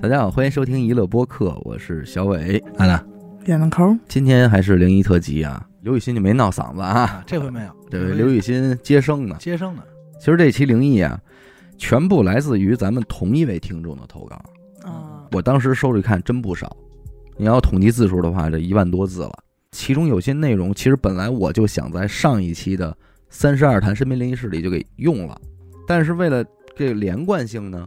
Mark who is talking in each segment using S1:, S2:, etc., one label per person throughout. S1: 大家好，欢迎收听娱乐播客，我是小伟。安娜，
S2: 点个扣，
S1: 今天还是零一特辑啊，刘雨欣就没闹嗓子啊，
S3: 这回没有，
S1: 这位刘雨欣接生呢。
S3: 接生的，
S1: 其实这期灵异啊，全部来自于咱们同一位听众的投稿。
S2: 啊，
S1: 我当时收着看真不少，你要统计字数的话，这一万多字了。其中有些内容，其实本来我就想在上一期的三十二谈身边灵异事里就给用了，但是为了这个连贯性呢，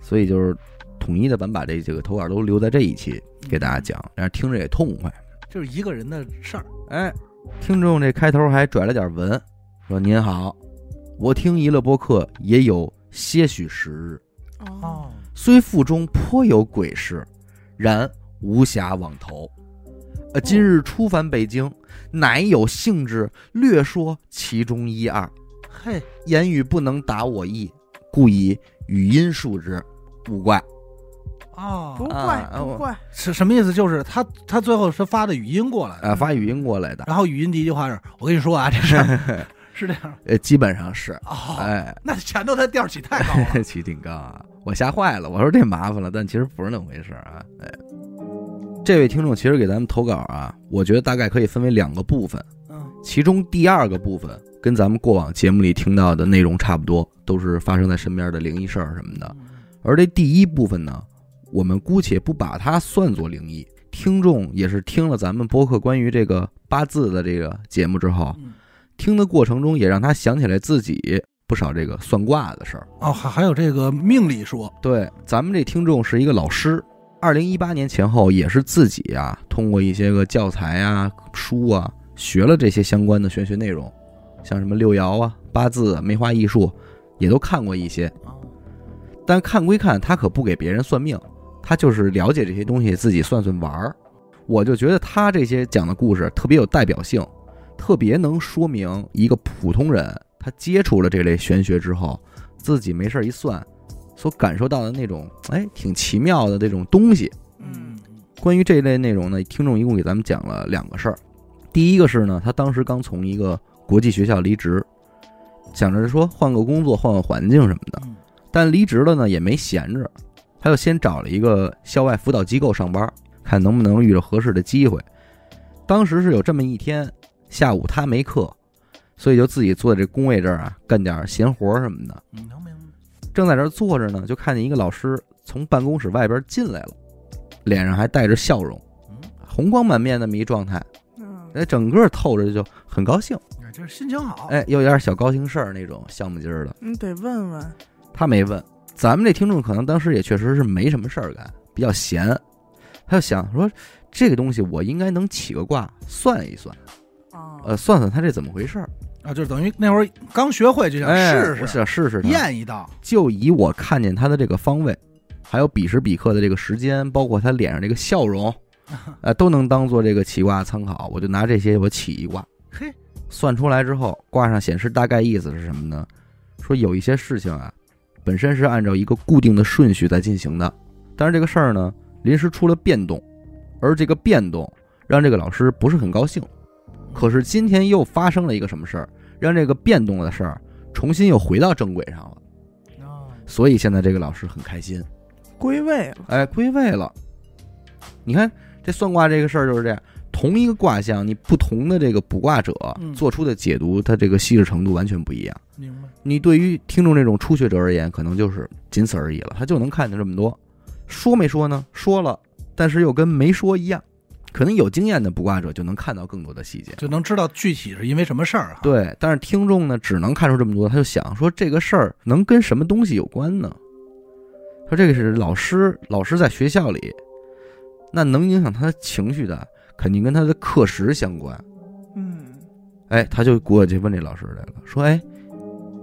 S1: 所以就是统一的咱把这几个投稿都留在这一期给大家讲，然后听着也痛快。
S3: 嗯就是一个人的事儿，
S1: 哎，听众这开头还拽了点文，说：“您好，我听娱乐播客也有些许时日，
S2: 哦，
S1: 虽腹中颇有鬼事，然无暇往头。呃，今日初返北京，乃有兴致略说其中一二，
S3: 嘿，
S1: 言语不能达我意，故以语音述之，不怪。
S2: 不
S3: 哦，
S2: 怪
S1: 啊
S2: 不怪，
S3: 是什么意思？就是他他最后是发的语音过来的
S1: 呃，发语音过来的，
S3: 然后语音第一句话是：“我跟你说啊，这事儿 是这样。
S1: 呃，基本上是”，
S3: 哦，
S1: 哎，。
S3: 那前头他调起太高 了
S1: 起挺高啊！我吓坏了，我说这麻烦了，但其实不是那么回事啊。哎，这位听众其实给咱们投稿啊，我觉得大概可以分为两个部分，
S3: 嗯，
S1: 其中第二个部分跟咱们过往节目里听到的内容差不多，都是发生在身边的灵异事儿什么的。而这第一部分呢，我们姑且不把它算作灵异。听众也是听了咱们播客关于这个八字的这个节目之后，
S3: 嗯
S1: 听的过程中也让他想起来自己不少这个算卦的事儿。
S3: 哦，还还有这个命理说，
S1: 对，咱们这听众是一个老师，二零一八年前后也是自己啊，通过一些个教材啊、书啊，学了这些相关的玄学内容，像什么六爻啊、八字、啊、梅花易数，也都看过一些。但看归看，他可不给别人算命，他就是了解这些东西，自己算算玩儿。我就觉得他这些讲的故事特别有代表性，特别能说明一个普通人他接触了这类玄学之后，自己没事儿一算，所感受到的那种哎挺奇妙的这种东西。
S3: 嗯，
S1: 关于这类内容呢，听众一共给咱们讲了两个事儿。第一个是呢，他当时刚从一个国际学校离职，想着说换个工作、换换环境什么的。
S3: 嗯
S1: 但离职了呢也没闲着，他就先找了一个校外辅导机构上班，看能不能遇着合适的机会。当时是有这么一天下午他没课，所以就自己坐在这工位这儿啊干点闲活儿什么的。
S3: 嗯能明白。
S1: 正在这儿坐着呢，就看见一个老师从办公室外边进来了，脸上还带着笑容，
S3: 嗯，
S1: 红光满面那么一状态，
S2: 嗯，
S1: 哎，整个透着就很高兴，
S3: 哎这心情好。，
S1: 哎，又有点小高兴事儿那种项目劲儿的。
S2: 你得问问，
S1: 他没问。咱们这听众可能当时也确实是没什么事儿干，比较闲，他就想说这个东西我应该能起个卦，算一算，
S2: 啊，
S1: 呃，算算他这怎么回事儿，
S3: 啊，就是等于那会儿刚学会就想
S1: 哎
S3: 试
S1: 我
S3: 试，
S1: 想试试它。
S3: 验一道。
S1: 就以我看见他的这个方位，还有彼时彼刻的这个时间，包括他脸上这个笑容，呃，都能当做这个起卦参考。我就拿这些我起一卦，
S3: 嘿，
S1: 算出来之后，卦上显示大概意思是什么呢？说有一些事情啊，本身是按照一个固定的顺序在进行的，但是这个事儿呢，临时出了变动，而这个变动让这个老师不是很高兴。可是今天又发生了一个什么事儿，让这个变动的事儿重新又回到正轨上了。
S3: 哦
S1: 所以现在这个老师很开心，
S2: 归位了，
S1: 哎，归位了。你看这算卦这个事儿就是这样，同一个卦象，你不同的这个卜卦者
S3: 嗯
S1: 做出的解读，它这个细致程度完全不一样。
S3: 明白。
S1: 你对于听众这种初学者而言，可能就是仅此而已了，他就能看见这么多。说没说呢？说了，但是又跟没说一样。可能有经验的卜卦者就能看到更多的细节。
S3: 就能知道具体是因为什么事儿哈。，
S1: 对，但是听众呢，只能看出这么多，他就想说这个事儿能跟什么东西有关呢？说这个是老师，老师在学校里，那能影响他的情绪的，肯定跟他的课时相关。
S2: 嗯，
S1: 哎，他就过去问这老师来了，说：“哎，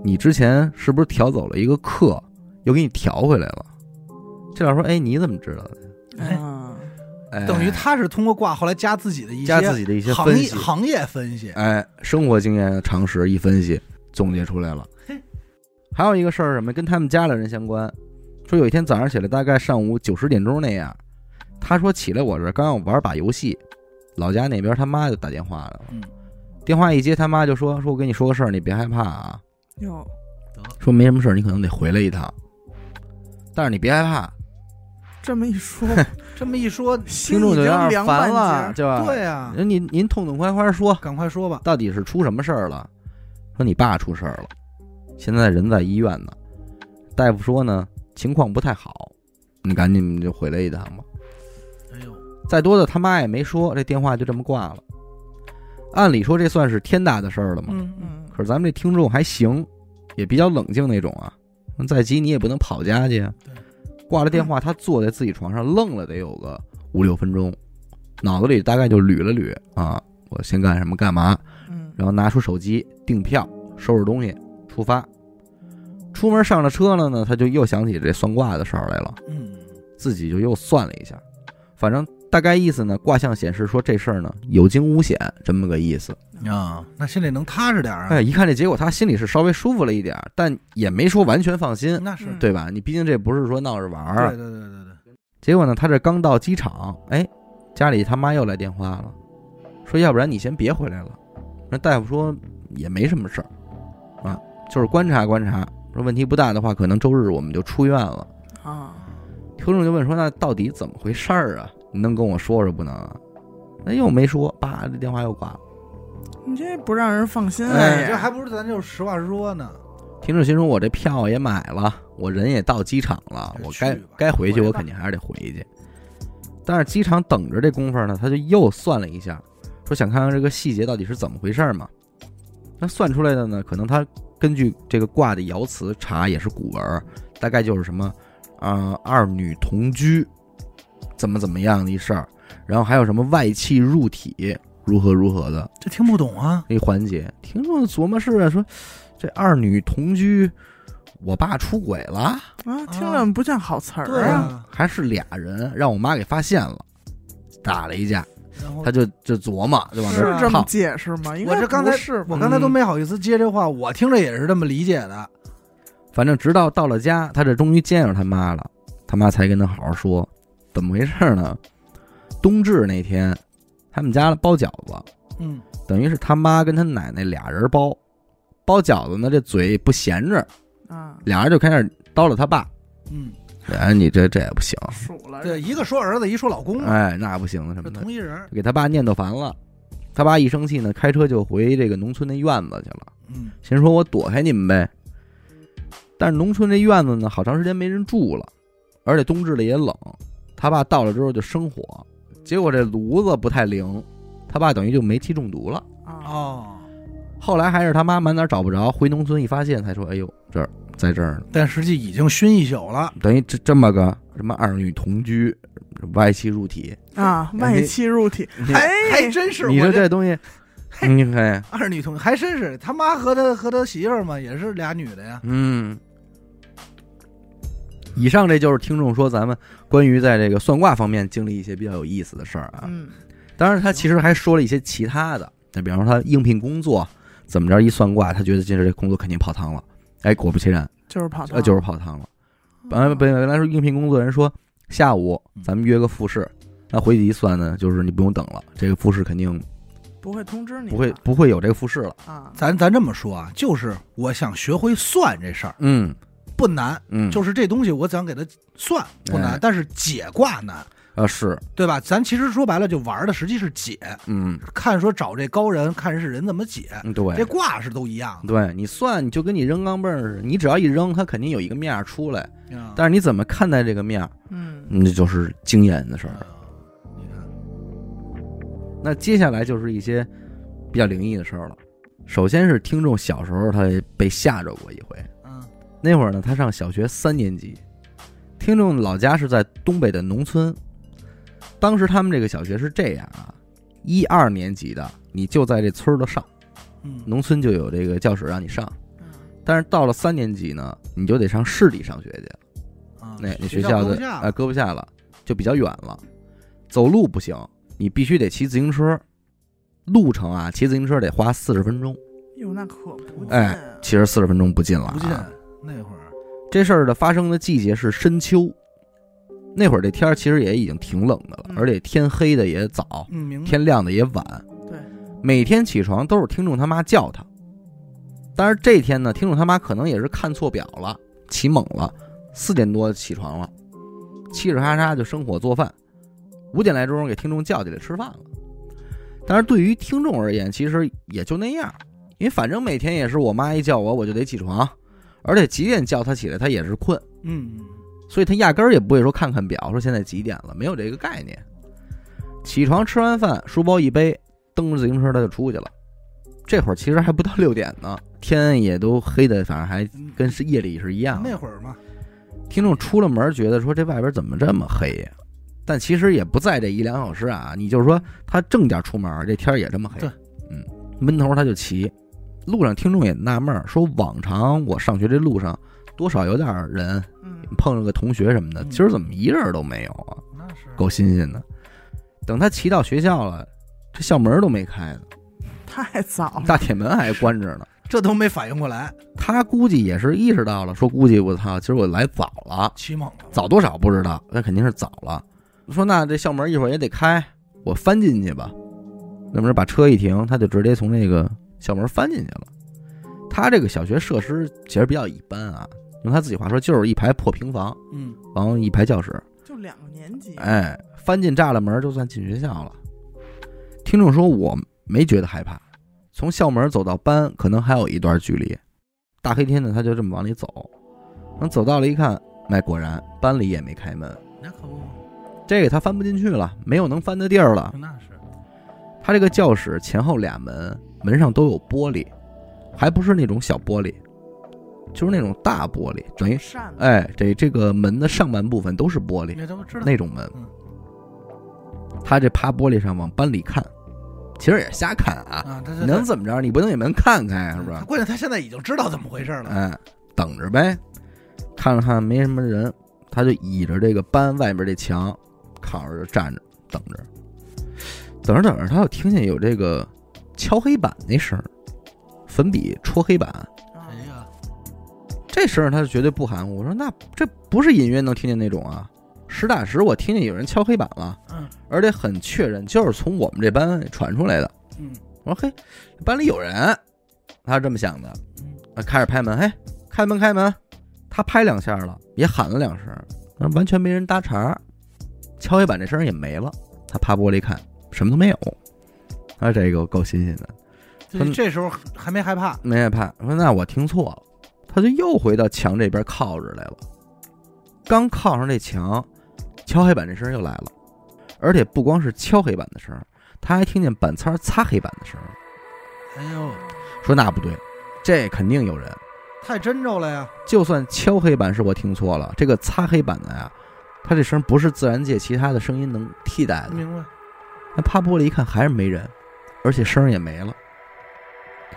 S1: 你之前是不是调走了一个课，又给你调回来了？”这老师说：“哎，你怎么知道的
S3: 哎
S2: 啊，？”
S1: 哎，
S3: 等于他是通过卦后来加自己的一些
S1: 加自己的一些
S3: 行
S1: 分
S3: 业
S1: 析，
S3: 行业分析。
S1: 哎，生活经验常识一分析，总结出来了
S3: 嘿。
S1: 还有一个事儿是什么，跟他们家里人相关。说有一天早上起来，大概上午九十点钟那样，他说起来我这儿刚要玩把游戏，老家那边他妈就打电话来了。
S3: 嗯，
S1: 电话一接，他妈就说：“说我跟你说个事儿，你别害怕啊。”
S2: 哟，
S1: 说没什么事儿，你可能得回来一趟，但是你别害怕，
S2: 这么一说，
S3: 这么一说，
S2: 心
S1: 听众
S2: 已
S1: 就有
S2: 经
S1: 点
S2: 凉
S1: 烦
S2: 半截
S1: 了，
S2: 儿。
S1: 对吧？
S3: 对啊，
S1: 那您您痛痛快快说，
S3: 赶快说吧。
S1: 到底是出什么事儿了？说你爸出事儿了，现在人在医院呢。大夫说呢，情况不太好，你赶紧就回来一趟吧。
S3: 哎呦，
S1: 再多的他妈也没说，这电话就这么挂了。按理说这算是天大的事儿了嘛，
S3: 嗯嗯，
S2: 嗯
S1: 可是咱们这听众还行，也比较冷静那种啊。那再急你也不能跑家去啊
S3: 对。
S1: 挂了电话，他坐在自己床上愣了得有个五六分钟，脑子里大概就捋了捋啊，我先干什么干嘛，
S2: 嗯
S1: 然后拿出手机订票，收拾东西出发。出门上了车了呢，他就又想起这算卦的事儿来了，
S3: 嗯，
S1: 自己就又算了一下，反正大概意思呢，卦象显示说这事儿呢有惊无险这么个意思。
S3: 啊，那心里能踏实点儿啊。
S1: 哎，一看这结果，他心里是稍微舒服了一点儿，但也没说完全放心，
S3: 那是
S2: 嗯
S1: 对吧？你毕竟这不是说闹着玩儿啊
S3: 对。对对对对，
S1: 结果呢，他这刚到机场，哎，家里他妈又来电话了，说要不然你先别回来了。那大夫说也没什么事儿，啊，就是观察观察，说问题不大的话，可能周日我们就出院了。
S2: 啊，
S1: 听众就问说，那到底怎么回事儿啊？你能跟我说说不能啊？那、又没说，叭，这电话又挂了。
S2: 你这不让人放心啊
S1: 哎
S2: 呀
S3: 这还不是咱就实话实说呢。
S1: 听众心说：“我这票也买了，我人也到机场了，我该
S3: 去吧
S1: 该回去，
S3: 回吧
S1: 我肯定还是得回去。”但是机场等着这功夫呢，他就又算了一下，说想看看这个细节到底是怎么回事嘛。那算出来的呢，可能他根据这个卦的爻辞查也是古文儿，大概就是什么，啊，二女同居，怎么怎么样的一事儿，然后还有什么外气入体，如何如何的，
S3: 这听不懂啊，
S1: 一环节，听众琢磨是啊，说这二女同居，我爸出轨了，
S2: 啊，听着不像好词
S3: 对
S2: 儿啊。
S3: 啊，
S1: 还是俩人，让我妈给发现了，打了一架，
S3: 然后
S1: 他就就琢磨，就往
S2: 是
S1: 这
S2: 这么
S1: 套。
S2: 解释吗？应该
S3: 我这刚才
S2: 不是吧
S3: 我刚
S1: 嗯
S3: 才都没好意思接这话，我听着也是这么理解的。
S1: 反正直到到了家，他这终于见着他妈了，他妈才跟他好好说怎么回事呢？冬至那天，他们家包饺子，
S3: 嗯，
S1: 等于是他妈跟他奶奶俩人包，包饺子呢，这嘴不闲着，
S2: 啊，
S1: 俩人就开始叨了他爸，
S3: 嗯，
S1: 哎，你这这也不行，
S2: 数了
S3: 对，一个说儿子，一说老公，啊
S1: 哎，那不行什
S3: 这
S1: 么的，
S3: 嗯同一人。
S1: 给他爸念叨烦了。他爸一生气呢，开车就回这个农村那院子去了，
S3: 嗯，
S1: 心说我躲开你们呗。但是农村这院子呢，好长时间没人住了，而且冬至了也冷。他爸到了之后就生火，结果这炉子不太灵，他爸等于就煤气中毒了。
S2: 啊，
S3: 哦，
S1: 后来还是他妈满哪儿找不着，回农村一发现才说，哎呦，这儿在这儿呢，
S3: 但实际已经熏一宿了。
S1: 等于这这么个什么二女同居，歪妻入体，
S2: 啊，外气入体，
S3: 还
S2: 哎，
S3: 真是，
S1: 你
S3: 我
S1: 说
S3: 这
S1: 这东 西，你看，
S3: 二女同还真是他妈和他和他媳妇儿嘛，也是俩女的呀。
S1: 嗯，以上这就是听众说咱们关于在这个算卦方面经历一些比较有意思的事儿啊。
S2: 嗯
S1: 当然，他其实还说了一些其他的，那比方说他应聘工作怎么着一算卦，他觉得今儿这工作肯定泡汤了。哎，果不其然，
S2: 就是跑
S1: 呃，
S2: 堂，
S1: 就是泡汤了。本来
S2: 啊
S1: 本来说应聘工作人说下午咱们约个复试，那回去一算呢，就是你不用等了，这个复试肯定
S2: 不会通知你的，
S1: 不会不会有这个复试了。
S2: 啊，
S3: 咱咱这么说啊，就是我想学会算这事儿
S1: 嗯
S3: 不难，
S1: 嗯，
S3: 就是这东西我想给它算不难，
S1: 哎
S3: 但是解卦难，
S1: 啊是
S3: 对吧？咱其实说白了就玩的，实际是解，
S1: 嗯
S3: 看说找这高人，看是人怎么解，
S1: 嗯对，
S3: 这卦是都一样
S1: 对你算，你就跟你扔钢镚儿似的，你只要一扔，它肯定有一个面儿出来。
S3: 的。啊
S1: 嗯但是你怎么看待这个面儿，
S2: 嗯
S1: 那就是经验的事儿。
S3: 你看，
S1: 那接下来就是一些比较灵异的事儿了。首先是听众小时候他被吓着过一回，
S3: 嗯
S1: 那会儿呢他上小学三年级，听众老家是在东北的农村，当时他们这个小学是这样啊，一二年级的你就在这村儿的上，
S3: 嗯，
S1: 农村就有这个教室让你上，
S2: 嗯
S1: 但是到了三年级呢，你就得上市里上学去。
S3: 啊
S1: 那那学
S3: 学
S1: 校
S3: 搁
S1: 的
S3: 不下
S1: 哎搁不下了，就比较远了，走路不行，你必须得骑自行车。路程啊，骑自行车得花四十分钟，
S2: 哟，那可不近
S1: 哎
S2: 啊，
S1: 其实四十分钟不近了、啊。
S3: 不进那会儿，
S1: 这事儿的发生的季节是深秋，那会儿这天儿其实也已经挺冷的了，
S2: 嗯
S1: 而且天黑的也早，
S3: 嗯，明白。
S1: 天亮的也晚。
S2: 对，
S1: 每天起床都是听众他妈叫他，但是这天呢，听众他妈可能也是看错表了，起猛了，四点多起床了，嘁哧咔嚓就生火做饭，五点来钟给听众叫起来吃饭了。但是对于听众而言，其实也就那样，因为反正每天也是我妈一叫我，我就得起床，而且几点叫她起来，她也是困，
S3: 嗯，
S1: 所以她压根儿也不会说看看表，说现在几点了，没有这个概念。起床吃完饭，书包一背，蹬着自行车她就出去了。这会儿其实还不到六点呢，天也都黑的，反正还
S3: 嗯
S1: 跟是夜里是一样的。
S3: 那会儿嘛，
S1: 听众出了门，觉得说这外边怎么这么黑呀、但其实也不在这一两小时啊，你就是说他正点出门，这天儿也这么黑。
S3: 对，
S1: 嗯，闷头他就骑。路上听众也纳闷儿，说往常我上学这路上多少有点儿人
S2: 嗯，
S1: 碰上个同学什么的，
S3: 嗯
S1: 今儿怎么一人都没有啊？
S3: 那是
S1: 够新鲜的。等他骑到学校了，这校门都没开呢，
S2: 太早了，
S1: 大铁门还关着呢。
S3: 这都没反应过来，
S1: 他估计也是意识到了，说估计我操，今儿我来早了，
S3: 起猛了，
S1: 早多少不知道，那肯定是早了。说那这校门一会儿也得开，我翻进去吧。那么是把车一停，他就直接从那个校门翻进去了。他这个小学设施其实比较一般啊，用他自己话说就是一排破平房，
S3: 嗯，
S1: 然后一排教室，
S2: 就两个年级，
S1: 哎，翻进栅栏门就算进学校了。听众说我没觉得害怕，从校门走到班可能还有一段距离。大黑天的他就这么往里走，等走到了一看，哎，果然班里也没开门。
S3: 那可不，
S1: 这个他翻不进去了，没有能翻的地儿了。
S3: 那是，
S1: 他这个教室前后俩门，门上都有玻璃，还不是那种小玻璃，就是那种大玻璃，等于
S2: 扇子，
S1: 哎，这这个门的上半部分都是玻璃
S3: 那都知道，
S1: 那种门
S3: 嗯。
S1: 他这趴玻璃上往班里看，其实也瞎看啊，
S3: 啊，他
S1: 你能怎么着？你不能也门看看呀，
S3: 他
S1: 是不是
S3: 他？关键他现在已经知道怎么回事了，
S1: 哎，等着呗，看了看没什么人，他就倚着这个班外面这墙，靠着就站着等着，等着等着，他又听见有这个敲黑板那声儿，粉笔戳黑板
S2: 啊
S3: 哎呀，
S1: 这声儿，他是绝对不含糊。我说那这不是隐约能听见那种啊，实打实我听见有人敲黑板了，
S3: 嗯
S1: 而且很确认就是从我们这班传出来的。
S3: 嗯
S1: 我说嘿，班里有人，他是这么想的，啊，开始拍门，嘿，开门开门，他拍两下了，也喊了两声，但是完全没人搭茬儿，敲黑板这声儿也没了，他趴玻璃看，什么都没有，他这个够新鲜的，
S3: 就
S1: 分
S3: 这时候还没害怕，
S1: 没害怕，说那我听错了，他就又回到墙这边靠着来了，刚靠上这墙，敲黑板这声儿又来了，而且不光是敲黑板的声儿，他还听见板擦儿擦黑板的声儿。
S3: 哎呦，
S1: 说那不对，这肯定有人。
S3: 太真着了呀，
S1: 就算敲黑板是我听错了，这个擦黑板的呀，他这声不是自然界其他的声音能替代的。
S3: 明白，
S1: 那趴玻璃一看还是没人，而且声儿也没了。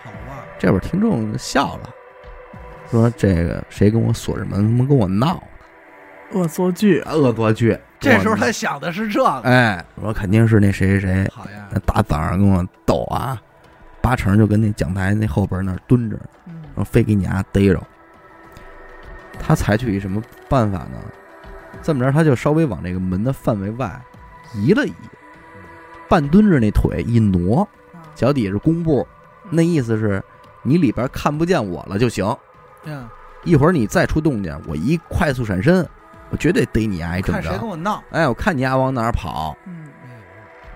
S3: 好吧，
S1: 这会儿听众笑了，说这个谁跟我锁着门，他妈跟我闹
S2: 恶作剧，
S1: 呢，恶作剧。
S3: 这时候
S1: 跟我
S3: 他想的是这
S1: 闹
S3: 个，
S1: 哎，我肯定是那谁谁谁，
S3: 好呀
S1: 那，大早上跟我斗啊，八成就跟那讲台那后边那儿蹲着呢。
S2: 嗯
S1: 然后非给你丫逮着。他采取一什么办法呢？这么着，他就稍微往这个门的范围外移了移，半蹲着那腿一挪，
S2: 啊
S1: 脚底下是弓步，那意思是你里边看不见我了就行。
S3: 嗯
S1: 一会儿你再出动静，我一快速闪身，我绝对逮你丫一正
S3: 看谁跟
S1: 着。
S3: 我闹，哎
S1: 哎，我看你丫往哪儿跑，
S2: 嗯，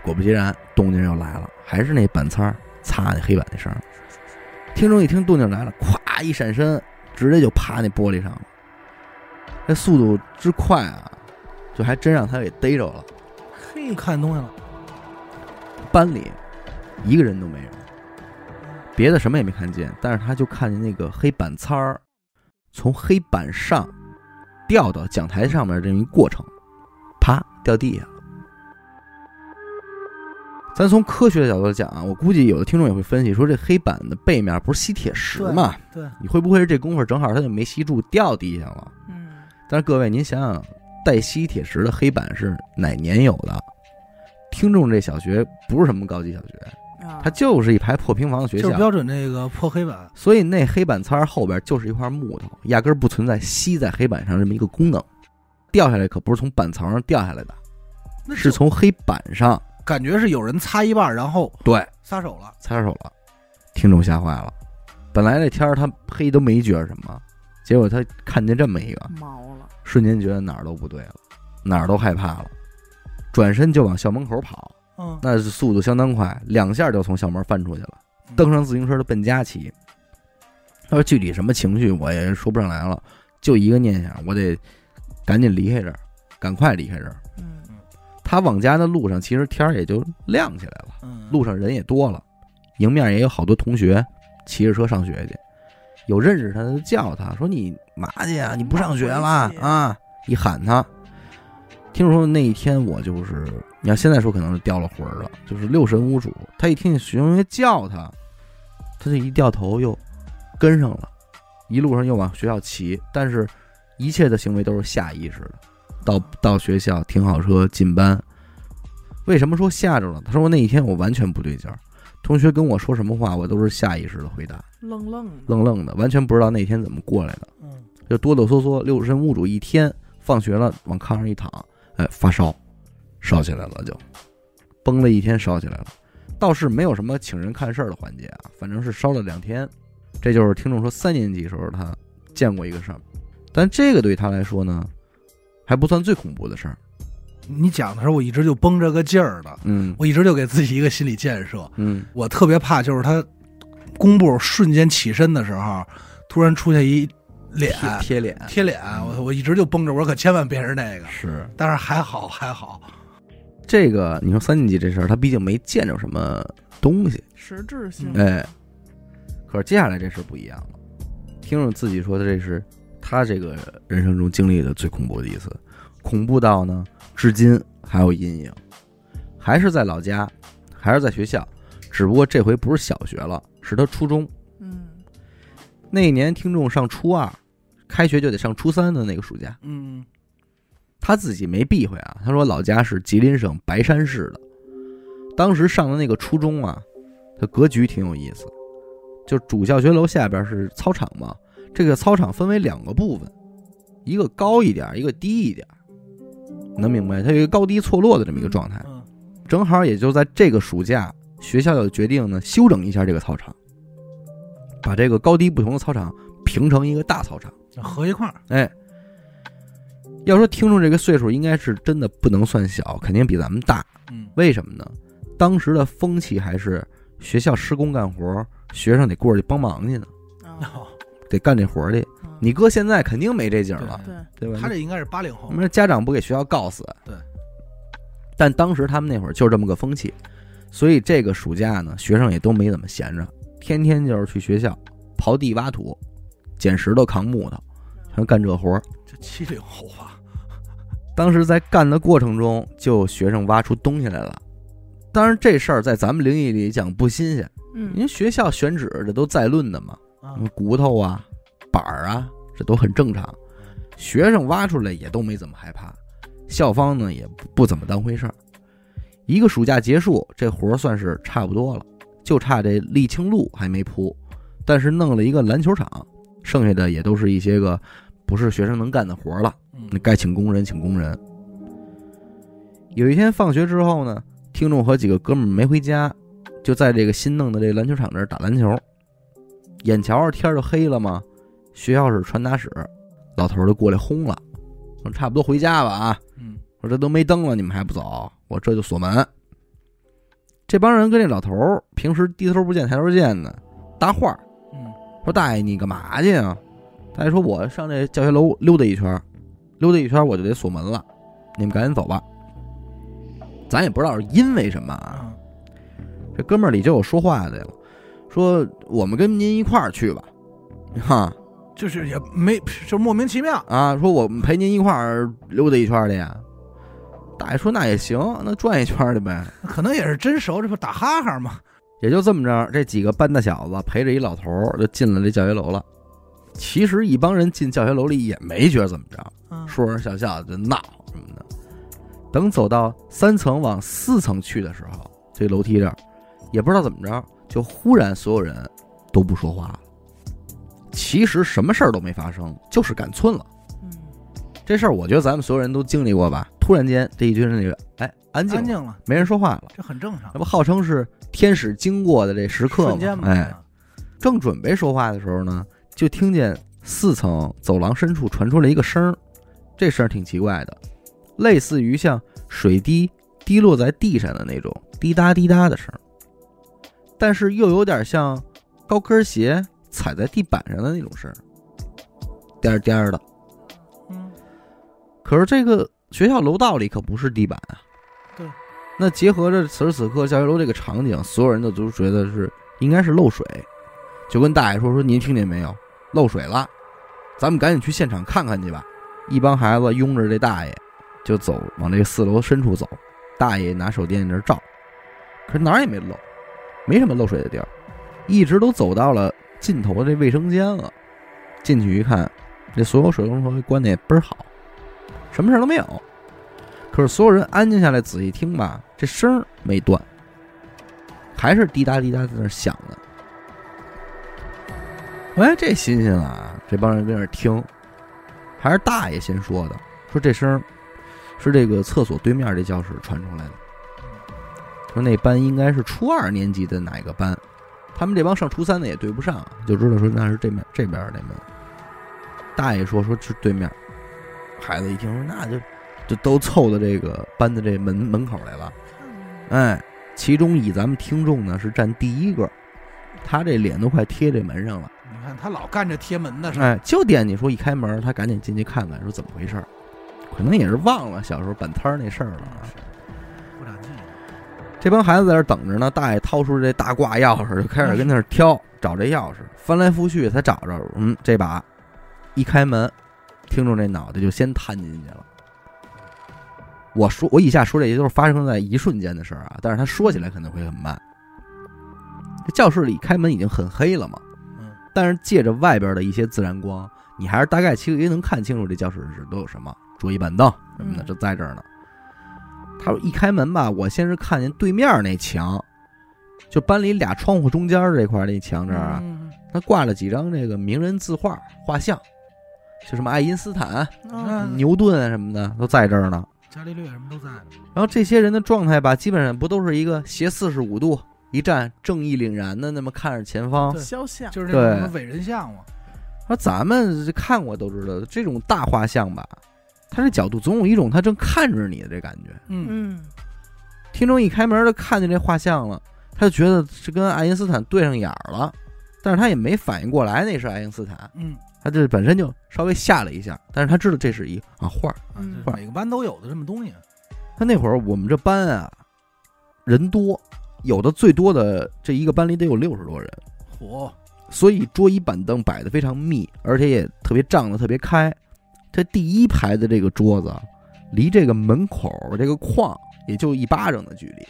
S1: 果不其然，动静又来了，还是那板擦儿擦那黑板那声儿。听众一听动静来了，咵一闪身，直接就趴那玻璃上了。那速度之快啊，就还真让他给逮着了。
S2: 嘿，
S3: 看见东西了，
S1: 班里一个人都没有，别的什么也没看见，但是他就看见那个黑板擦儿从黑板上掉到讲台上面的这么一过程，啪掉地下了。咱从科学的角度讲啊，我估计有的听众也会分析说，这黑板的背面不是吸铁石嘛？
S3: 对，
S1: 你会不会是这功夫正好它就没吸住掉地下了？
S2: 嗯，
S1: 但是各位，您想想，带吸铁石的黑板是哪年有的？听众这小学不是什么高级小学，
S2: 啊
S1: 它就是一排破平房的学
S3: 就是
S1: 校，
S3: 标准那个破黑板，
S1: 所以那黑板擦儿后边就是一块木头，压根儿不存在吸在黑板上这么一个功能。掉下来可不是从板槽上掉下来的，
S3: 啊那
S1: 是
S3: 就
S1: 从黑板上
S3: 感觉是有人擦一半，然后
S1: 对
S3: 撒手了，
S1: 擦手了。听众吓坏了，本来这天儿他黑都没觉着什么，结果他看见这么一个，
S2: 毛了，
S1: 瞬间觉得哪儿都不对了。哪儿都害怕了，转身就往校门口跑，
S3: 嗯，
S1: 那是速度相当快，两下就从校门翻出去了，
S3: 嗯
S1: 蹬上自行车就奔家骑。他说具体什么情绪我也说不上来了，就一个念想，我得赶紧离开这儿，赶快离开这儿。
S2: 嗯
S1: 他往家的路上，其实天儿也就亮起来了。
S3: 嗯
S1: 路上人也多了，迎面也有好多同学骑着车上学去，有认识他的就叫他说：“你嘛去呀？你不上学了
S2: 回去
S1: 啊？”一喊他，听说那一天我就是，你要现在说可能是掉了魂儿了，就是六神无主。他一听见学生叫他，他就一掉头又跟上了，一路上又往学校骑，但是一切的行为都是下意识的。到到学校停好车进班。为什么说吓着了？他说那一天我完全不对劲儿，同学跟我说什么话，我都是下意识的回答，
S2: 愣愣的，
S1: 愣愣的，完全不知道那天怎么过来的，
S3: 嗯
S1: 就哆哆嗦嗦，六神无主一天，放学了往炕上一躺，哎，发烧，烧起来了就，崩了一天烧起来了，倒是没有什么请人看事儿的环节啊，反正是烧了两天，这就是听众说三年级时候他见过一个事儿，但这个对他来说呢，还不算最恐怖的事儿，
S3: 你讲的时候，我一直就绷着个劲儿的，
S1: 嗯
S3: 我一直就给自己一个心理建设。
S1: 嗯。
S3: 我特别怕就是他弓步瞬间起身的时候，突然出现一脸
S1: 贴贴脸
S3: 贴脸，我我一直就绷着，我说可千万别是那个。
S1: 是
S3: 但是还好还好，
S1: 这个，你说三年级这事儿，他毕竟没见着什么东西。
S2: 实质性
S1: 嗯哎可是接下来这事儿不一样了，听着自己说的，这是他这个人生中经历的最恐怖的一次，恐怖到呢，至今还有阴影。还是在老家，还是在学校，只不过这回不是小学了，是他初中。
S2: 嗯
S1: 那一年听众上初二，开学就得上初三的那个暑假，
S3: 嗯
S1: 他自己没避讳啊，他说老家是吉林省白山市的，当时上的那个初中啊，它格局挺有意思，就主教学楼下边是操场嘛，这个操场分为两个部分，一个高一点，一个低一点，能明白？它有一个高低错落的这么一个状态，
S3: 嗯
S1: 正好也就在这个暑假，学校就决定呢修整一下这个操场，把这个高低不同的操场平成一个大操场。
S3: 合一块儿，
S1: 哎，要说听众这个岁数，应该是真的不能算小，肯定比咱们大。
S3: 嗯
S1: 为什么呢？当时的风气还是学校施工干活，学生得过去帮忙去呢，
S2: 啊，
S1: 得干这活儿去。
S2: 啊
S1: 你哥现在肯定没这景儿了，
S3: 对
S2: 对
S1: 对吧？
S3: 他这应该是八零后
S1: 我，们说家长不给学校告死，
S3: 对。
S1: 但当时他们那会儿就是这么个风气，所以这个暑假呢，学生也都没怎么闲着，天天就是去学校刨地、挖土、捡石头、扛木头，全干这活儿。
S3: 这七零后吧，
S1: 当时在干的过程中，就有学生挖出东西来了。当然，这事儿在咱们灵异里讲不新鲜，因
S2: 嗯
S1: 为学校选址这都在论的嘛，
S3: 啊
S1: 什么骨头啊、板儿啊，这都很正常。学生挖出来也都没怎么害怕，校方呢也不不怎么当回事儿。一个暑假结束，这活儿算是差不多了，就差这沥青路还没铺，但是弄了一个篮球场，剩下的也都是一些个不是学生能干的活儿了。
S3: 嗯
S1: 那该请工人请工人。有一天放学之后呢，听众和几个哥们儿没回家，就在这个新弄的这篮球场这儿打篮球。眼瞧着天儿就黑了嘛，学校是传达室，老头儿就过来轰了，说差不多回家吧啊，
S3: 嗯
S1: 我这都没灯了，你们还不走，我这就锁门。这帮人跟这老头儿平时低头不见抬头见的，搭话儿
S3: 嗯
S1: 说大爷你干嘛去啊？大爷说我上这教学楼溜达一圈儿，溜达一圈儿我就得锁门了，你们赶紧走吧。咱也不知道是因为什么啊，
S3: 啊
S1: 这哥们儿里就有说话的了，说我们跟您一块儿去吧， 哈
S3: 就是也没就是莫名其妙，
S1: 啊，说我们陪您一块儿溜达一圈儿去呀。大爷说那也行，那转一圈儿去呗。
S3: 可能也是真熟，这不打哈哈嘛，
S1: 也就这么着，这几个班大小子陪着一老头儿就进了这教学楼了。其实一帮人进教学楼里也没觉得怎么着，
S3: 嗯
S1: 说说笑笑就闹什么的。等走到三层往四层去的时候，这楼梯这儿也不知道怎么着，就忽然所有人都不说话了。其实什么事儿都没发生，就是赶寸了。
S2: 嗯
S1: 这事儿我觉得咱们所有人都经历过吧。突然间，这一群人里，哎，安静了，
S3: 安静了，
S1: 没人说话了。
S3: 这很正常
S1: 那，不号称是天使经过的这时刻
S3: 瞬
S1: 吗
S3: 间？嘛，
S1: 哎，正准备说话的时候呢，就听见四层走廊深处传出来一个声儿，这声儿挺奇怪的，类似于像水滴滴落在地上的那种滴答滴答的声儿，但是又有点像高跟鞋踩在地板上的那种声儿，颠儿颠儿的。
S3: 嗯，
S1: 可是这个学校楼道里可不是地板啊。
S3: 对。
S1: 那结合着此时此刻教学楼这个场景，所有人都都觉得是应该是漏水，就跟大爷说说您听见没有，漏水了，咱们赶紧去现场看看去吧。一帮孩子拥着这大爷就走，往这四楼深处走。大爷拿手电在那照，可是哪儿也没漏，没什么漏水的地儿，一直都走到了尽头这卫生间了。进去一看，这所有水龙头关的也倍儿好，什么事儿都没有。可是所有人安静下来仔细听吧，这声儿没断，还是滴答滴答在那儿响呢。哎，这新鲜啊！这帮人在那儿听，还是大爷先说的，说这声儿是这个厕所对面这教室传出来的。说那班应该是初二年级的哪个班，他们这帮上初三的也对不上，就知道说那是这面这边儿那门。大爷说说是对面，孩子一听说那就就都凑到这个班的这门门口来了。哎，其中以咱们听众呢是占第一个，他这脸都快贴这门上了。
S3: 嗯你看他老干这贴门的事儿，
S1: 哎，就惦记说一开门，他赶紧进去看看，说怎么回事儿。可能也是忘了小时候板摊儿那事儿了啊。
S3: 不长记性。
S1: 这帮孩子在这儿等着呢，大爷掏出这大挂钥匙，就开始跟那儿挑，找这钥匙，翻来覆去才找着。嗯，这把一开门，听众这脑袋就先探进去了。我说，我以下说这些都是发生在一瞬间的事儿啊，但是他说起来可能会很慢。这教室里开门已经很黑了嘛，
S3: 嗯，
S1: 但是借着外边的一些自然光，你还是大概其实也能看清楚这教室是都有什么，桌椅板凳什么的，
S2: 嗯
S1: 就在这儿呢。他说一开门吧，我先是看见对面那墙，就班里俩窗户中间这块儿那墙这儿啊，
S3: 嗯
S1: 他挂了几张这个名人字画画像，就什么爱因斯坦、
S2: 嗯
S3: 嗯
S1: 牛顿啊什么的都在这儿呢。
S3: 伽利略什么都在呢。
S1: 然后这些人的状态吧，基本上不都是一个斜四十五度一站，正义凛然的那么看着前方。
S3: 对
S2: 肖像
S3: 就是那种
S1: 对
S3: 什么伟人像嘛，
S1: 而咱们这看过都知道，这种大画像吧，它这角度总有一种他正看着你的这感觉。
S3: 嗯，
S2: 嗯，
S1: 听众一开门就看见这画像了，他就觉得是跟爱因斯坦对上眼儿了，但是他也没反应过来那是爱因斯坦，
S3: 嗯，
S1: 他这本身就稍微吓了一下，但是他知道这是一啊画儿。
S3: 啊，
S2: 嗯
S3: 就是每个班都有的这么东西，
S1: 他那会儿我们这班啊，人多，有的最多的这一个班里得有六十多人，
S3: 火，
S1: 所以桌椅板凳摆得非常密，而且也特别胀得特别开。这第一排的这个桌子，离这个门口这个框也就一巴掌的距离，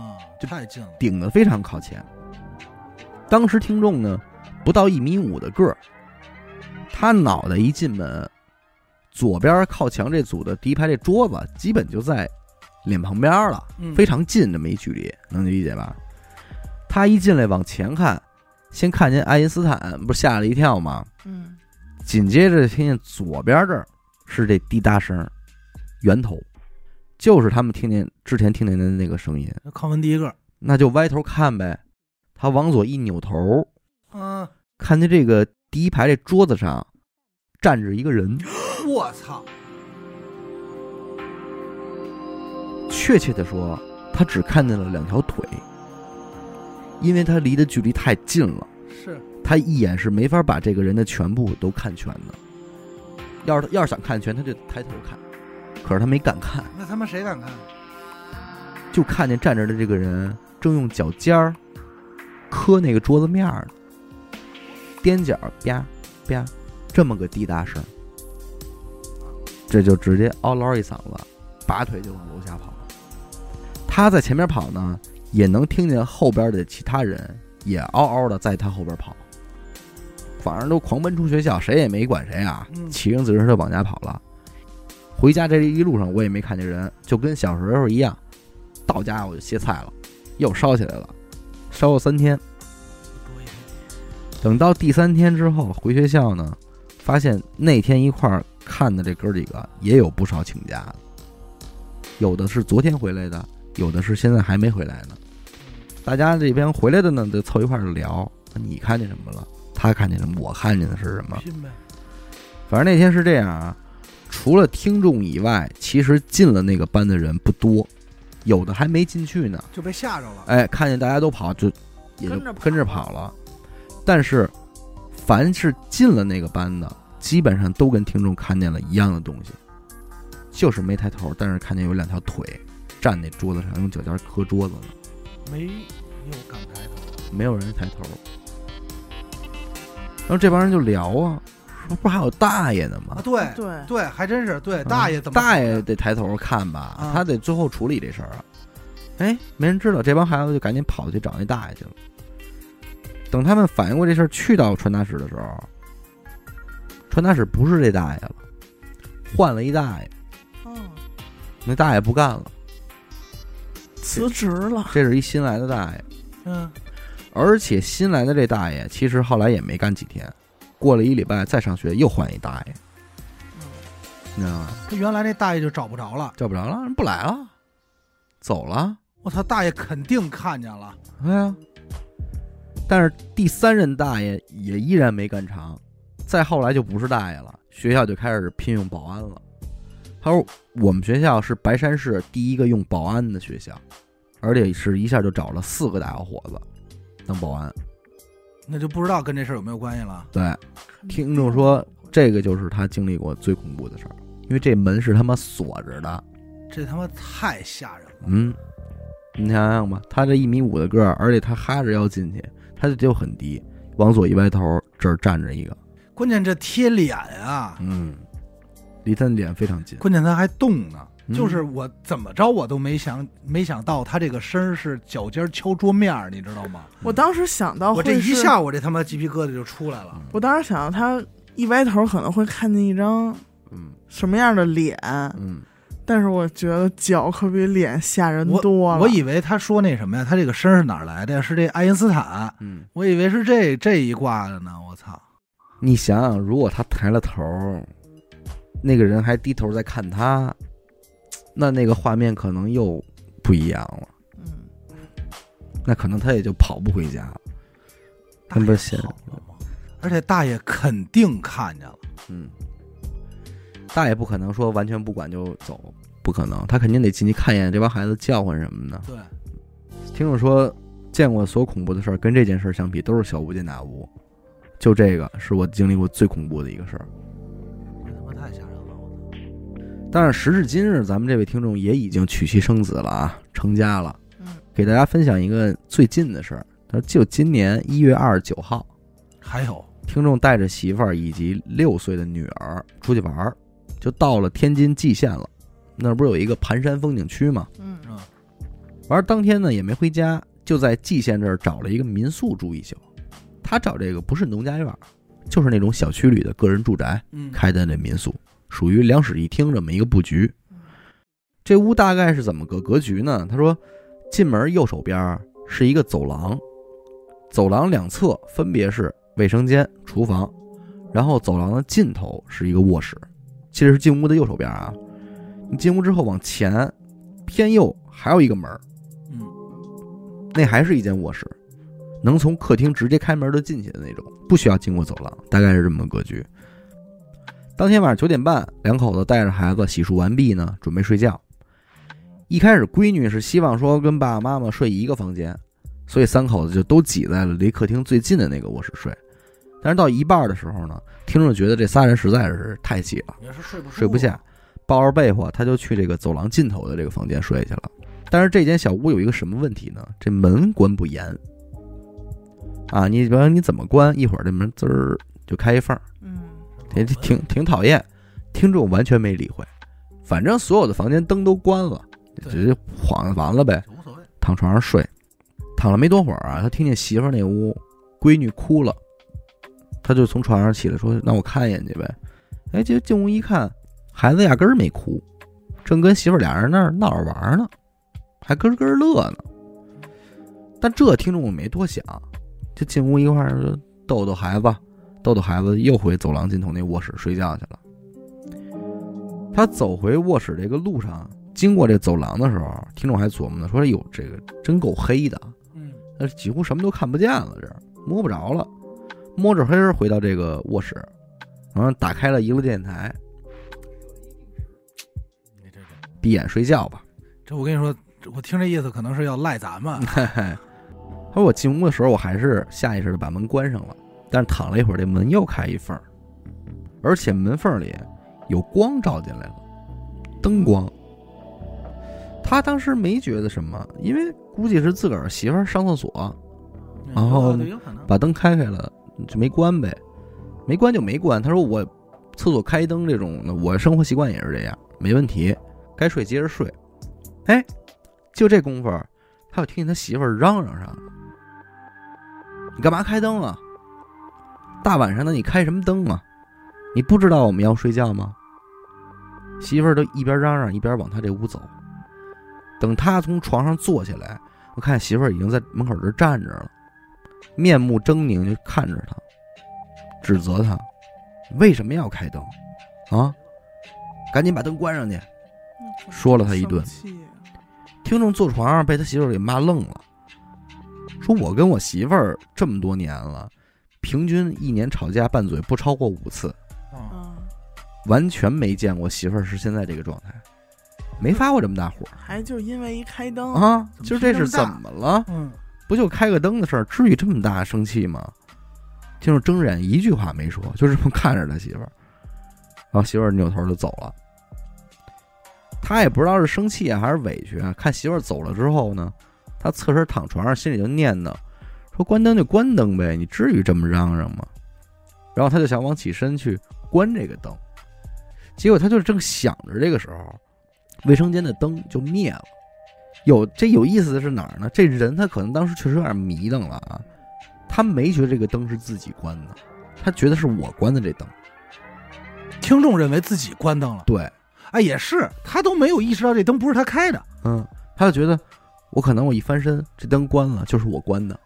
S3: 啊，
S1: 就
S3: 太近了，
S1: 顶得非常靠前。当时听众呢，不到一米五的个儿，他脑袋一进门，左边靠墙这组的第一排这桌子，基本就在脸旁边了。
S3: 嗯
S1: 非常近这么一距离，能理解吧？他一进来往前看，先看见爱因斯坦，不是吓了一跳吗？
S2: 嗯，
S1: 紧接着听见左边这儿是这滴答声，源头就是他们听见之前听见的那个声音，
S3: 康文第一个，
S1: 那就歪头看呗。他往左一扭头，
S3: 嗯，
S1: 看见这个第一排这桌子上站着一个人，
S3: 嗯我操，
S1: 确切的说，他只看见了两条腿，因为他离的距离太近了。
S3: 是
S1: 他一眼是没法把这个人的全部都看全的。要是他要是想看全，他就抬头看，可是他没敢看，
S3: 那他妈谁敢看？啊
S1: 就看见站着的这个人正用脚尖儿磕那个桌子面儿呢，踮脚啪啪，这么个滴答声，这就直接嗷唠一嗓子，拔腿就往楼下跑了。他在前面跑呢，也能听见后边的其他人也嗷嗷的在他后边跑，反正都狂奔出学校，谁也没管谁啊，
S3: 嗯
S1: 骑上自行车往家跑了。回家这一路上我也没看见人，就跟小时候一样，到家我就歇菜了，又烧起来了，烧了三天。
S3: 多一天
S1: 等到第三天之后回学校呢，发现那天一块儿看的这哥几个也有不少请假的，有的是昨天回来的，有的是现在还没回来呢。大家这边回来的呢，就凑一块儿聊，你看见什么了？他看见什么？我看见的是什么？
S3: 拼呗，
S1: 反正那天是这样啊，除了听众以外，其实进了那个班的人不多，有的还没进去呢。
S3: 就被吓着了。
S1: 哎，看见大家都跑，就也就
S2: 跟着跑
S1: 跟着跑了。但是，凡是进了那个班的，基本上都跟听众看见了一样的东西，就是没抬头，但是看见有两条腿站那桌子上，用脚尖磕桌子呢，
S3: 没有敢抬头，
S1: 没有人抬头。然后这帮人就聊啊，说不是还有大爷呢吗
S3: 啊，？对
S2: 对，
S3: 对，还真是对
S1: 嗯
S3: 哎大爷怎么
S1: 大爷得抬头看吧，
S3: 啊
S1: 他得最后处理这事儿啊。哎，没人知道，这帮孩子就赶紧跑去找那大爷去了。等他们反应过这事儿，去到传达室的时候，传达室不是这大爷了，换了一大爷。
S2: 嗯，
S1: 那大爷不干了，
S2: 辞职了，
S1: 这是一新来的大爷，
S3: 嗯
S1: 而且新来的这大爷其实后来也没干几天，过了一礼拜再上学又换一大爷，
S3: 嗯
S1: 你知道吗？
S3: 他原来那大爷就找不着了。
S1: 叫不着了，人不来了，走了。
S3: 我操，大爷肯定看见了，
S1: 哎呀，但是第三任大爷也依然没干长，再后来就不是大爷了，学校就开始聘用保安了。他说我们学校是白山市第一个用保安的学校，而且是一下就找了四个大小伙子当保安。
S3: 那就不知道跟这事儿有没有关系了。
S1: 对，听众说这个就是他经历过最恐怖的事儿，因为这门是他妈锁着的。
S3: 这他妈太吓人了。
S1: 嗯，你想想吧，他这一米五的个儿，而且他哈着腰进去，他就就很低，往左一歪头，这儿站着一个。
S3: 关键这贴脸啊，
S1: 嗯，离他的脸非常近，
S3: 关键他还动呢。
S1: 嗯
S3: 就是我怎么着我都没想没想到他这个声儿是脚尖敲桌面儿，你知道吗？
S2: 我当时想
S1: 啊
S2: 到
S3: 我这
S2: 会
S3: 一
S2: 是，
S3: 下我这他妈鸡皮疙瘩就出来了。
S2: 我当时想到他一歪头可能会看见一张
S1: 嗯
S2: 什么样的脸，
S1: 嗯，
S2: 但是我觉得脚可比脸吓人
S3: 我
S2: 多了。
S3: 我以为他说那什么呀，他这个声儿是哪儿来的呀？是这爱因斯坦，
S1: 嗯，
S3: 我以为是这这一挂的呢。我操！
S1: 你想想，如果他抬了头，那个人还低头在看他，那那个画面可能又不一样了，
S2: 嗯，
S1: 那可能他也就跑不回家了。那不是
S3: 大
S1: 显
S3: 爷跑了吗？而且大爷肯定看见了，
S1: 嗯，大爷不可能说完全不管就走，不可能，他肯定得进去看一眼这帮孩子叫唤什么的。
S3: 对，
S1: 听众说，见过所有恐怖的事儿，跟这件事儿相比，都是小巫见大巫。就这个是我经历过最恐怖的一个事儿。
S3: 这他妈太吓人了！我操！
S1: 但是时至今日，咱们这位听众也已经娶妻生子了啊，成家了。
S2: 嗯，
S1: 给大家分享一个最近的事儿，他说就今年一月二十九号，
S3: 还有
S1: 听众带着媳妇儿以及六岁的女儿出去玩儿，就到了天津蓟县了。那儿不是有一个盘山风景区吗？
S2: 嗯，
S3: 嗯，
S1: 玩儿当天呢也没回家，就在蓟县这儿找了一个民宿住一宿。他找这个不是农家院儿，就是那种小区里的个人住宅
S3: 嗯，
S1: 开的那民宿，属于两室一厅这么一个布局。这屋大概是怎么个格局呢？他说，进门右手边儿是一个走廊，走廊两侧分别是卫生间、厨房，然后走廊的尽头是一个卧室，这是进屋的右手边啊。你进屋之后往前偏右还有一个门儿，
S3: 嗯，
S1: 那还是一间卧室，能从客厅直接开门就进去的那种，不需要经过走廊，大概是这么个格局。当天晚上九点半，两口子带着孩子洗漱完毕呢，准备睡觉。一开始，闺女是希望说跟爸爸妈妈睡一个房间，所以三口子就都挤在了离客厅最近的那个卧室睡。但是到一半的时候呢，听众觉得这仨人实在是太挤了。
S3: 你是睡不
S1: 睡不下，抱着被窝，他就去这个走廊尽头的这个房间睡去了。但是这间小屋有一个什么问题呢？这门关不严啊！你比方你怎么关，一会儿这门滋儿就开一缝儿，
S2: 嗯，
S1: 挺挺挺讨厌。听众完全没理会，反正所有的房间灯都关了，
S3: 对
S1: 直接晃完了呗。
S3: 无所谓。
S1: 躺床上睡，躺了没多会儿啊，他听见媳妇儿那屋闺女哭了，他就从床上起来说：“那我看一眼去呗。”哎，结果进屋一看，孩子压根儿没哭，正跟媳妇儿俩人那儿闹着玩儿呢，还咯咯乐呢。但这听众没多想，就进屋一块儿就逗逗孩子，逗逗孩子，又回走廊尽头那卧室睡觉去了。他走回卧室这个路上，经过这走廊的时候，听众还琢磨呢，说：“哟，这个真够黑的，啊
S3: 嗯，
S1: 那几乎什么都看不见了，这摸不着了。”嗯摸着黑儿回到这个卧室，然后打开了一个电台，闭眼睡觉吧。
S3: 这我跟你说，我听这意思可能是要赖咱 们。
S1: 他说我进屋的时候，我还是下意识的把门关上了，但是躺了一会儿，这门又开一缝儿，而且门缝里有光照进来了，灯光。他当时没觉得什么，因为估计是自个儿媳妇儿上厕所然后
S3: 啊有可能
S1: 哦把灯开开了，就没关呗，没关就没关。他说我厕所开灯这种的，我生活习惯也是这样，没问题，该睡接着睡。哎，就这功夫儿，他又听见他媳妇儿嚷嚷上了：“你干嘛开灯啊？大晚上的你开什么灯啊？你不知道我们要睡觉吗？”媳妇儿都一边嚷嚷一边往他这屋走。等他从床上坐起来，我看媳妇儿已经在门口这儿站着了。面目狰狞就看着他，指责他为什么要开灯啊？赶紧把灯关上去！说了他一顿
S2: 嗯生气
S1: 听众坐床上被他媳妇儿给骂愣了，说我跟我媳妇儿这么多年了，平均一年吵架拌嘴不超过五次，
S3: 嗯
S2: 啊，
S1: 完全没见过媳妇儿是现在这个状态，没发过这么大火
S2: 还就因为一开灯，
S1: 啊！
S3: 怎么
S1: 就这是
S3: 是这
S1: 怎
S3: 么
S1: 么
S3: 大
S1: 了？
S3: 嗯，
S1: 不就开个灯的事儿，至于这么大生气吗？听众睁着眼一句话没说，就这么看着他媳妇儿，然后媳妇儿扭头就走了。他也不知道是生气啊还是委屈啊。看媳妇儿走了之后呢，他侧身躺床上，心里就念叨说：“关灯就关灯呗，你至于这么嚷嚷吗？”然后他就想往起身去关这个灯，结果他就正想着这个时候，卫生间的灯就灭了。有这有意思的是哪儿呢？这人他可能当时确实有点迷瞪了啊，他没觉得这个灯是自己关的，他觉得是我关的这灯。
S3: 听众认为自己关灯了，
S1: 对，
S3: 哎，也是，他都没有意识到这灯不是他开的，
S1: 嗯，他就觉得我可能我一翻身，这灯关了就是我关的。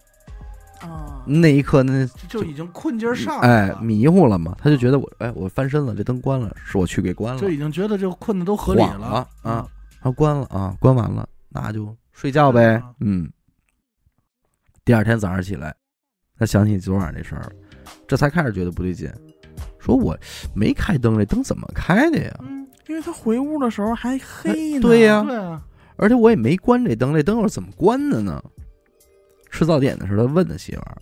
S2: 啊，
S1: 那一刻那
S3: 就已经困劲儿上来
S1: 哎
S3: 了，嗯
S1: 迷糊了嘛，他就觉得我哎我翻身了，这灯关了，是我去给关了，
S3: 就已经觉得这困的都合理
S1: 晃了啊
S3: 啊，
S1: 他关了啊，关完了那就睡觉呗
S3: 啊。
S1: 嗯，第二天早上起来，他想起昨晚这事儿了，这才开始觉得不对劲，说我没开灯，这灯怎么开的呀？
S3: 嗯，
S2: 因为他回屋的时候还黑呢，
S1: 对呀
S3: 对啊，
S1: 而且我也没关这灯，这灯又是怎么关的呢？吃早点的时候，他问他媳妇儿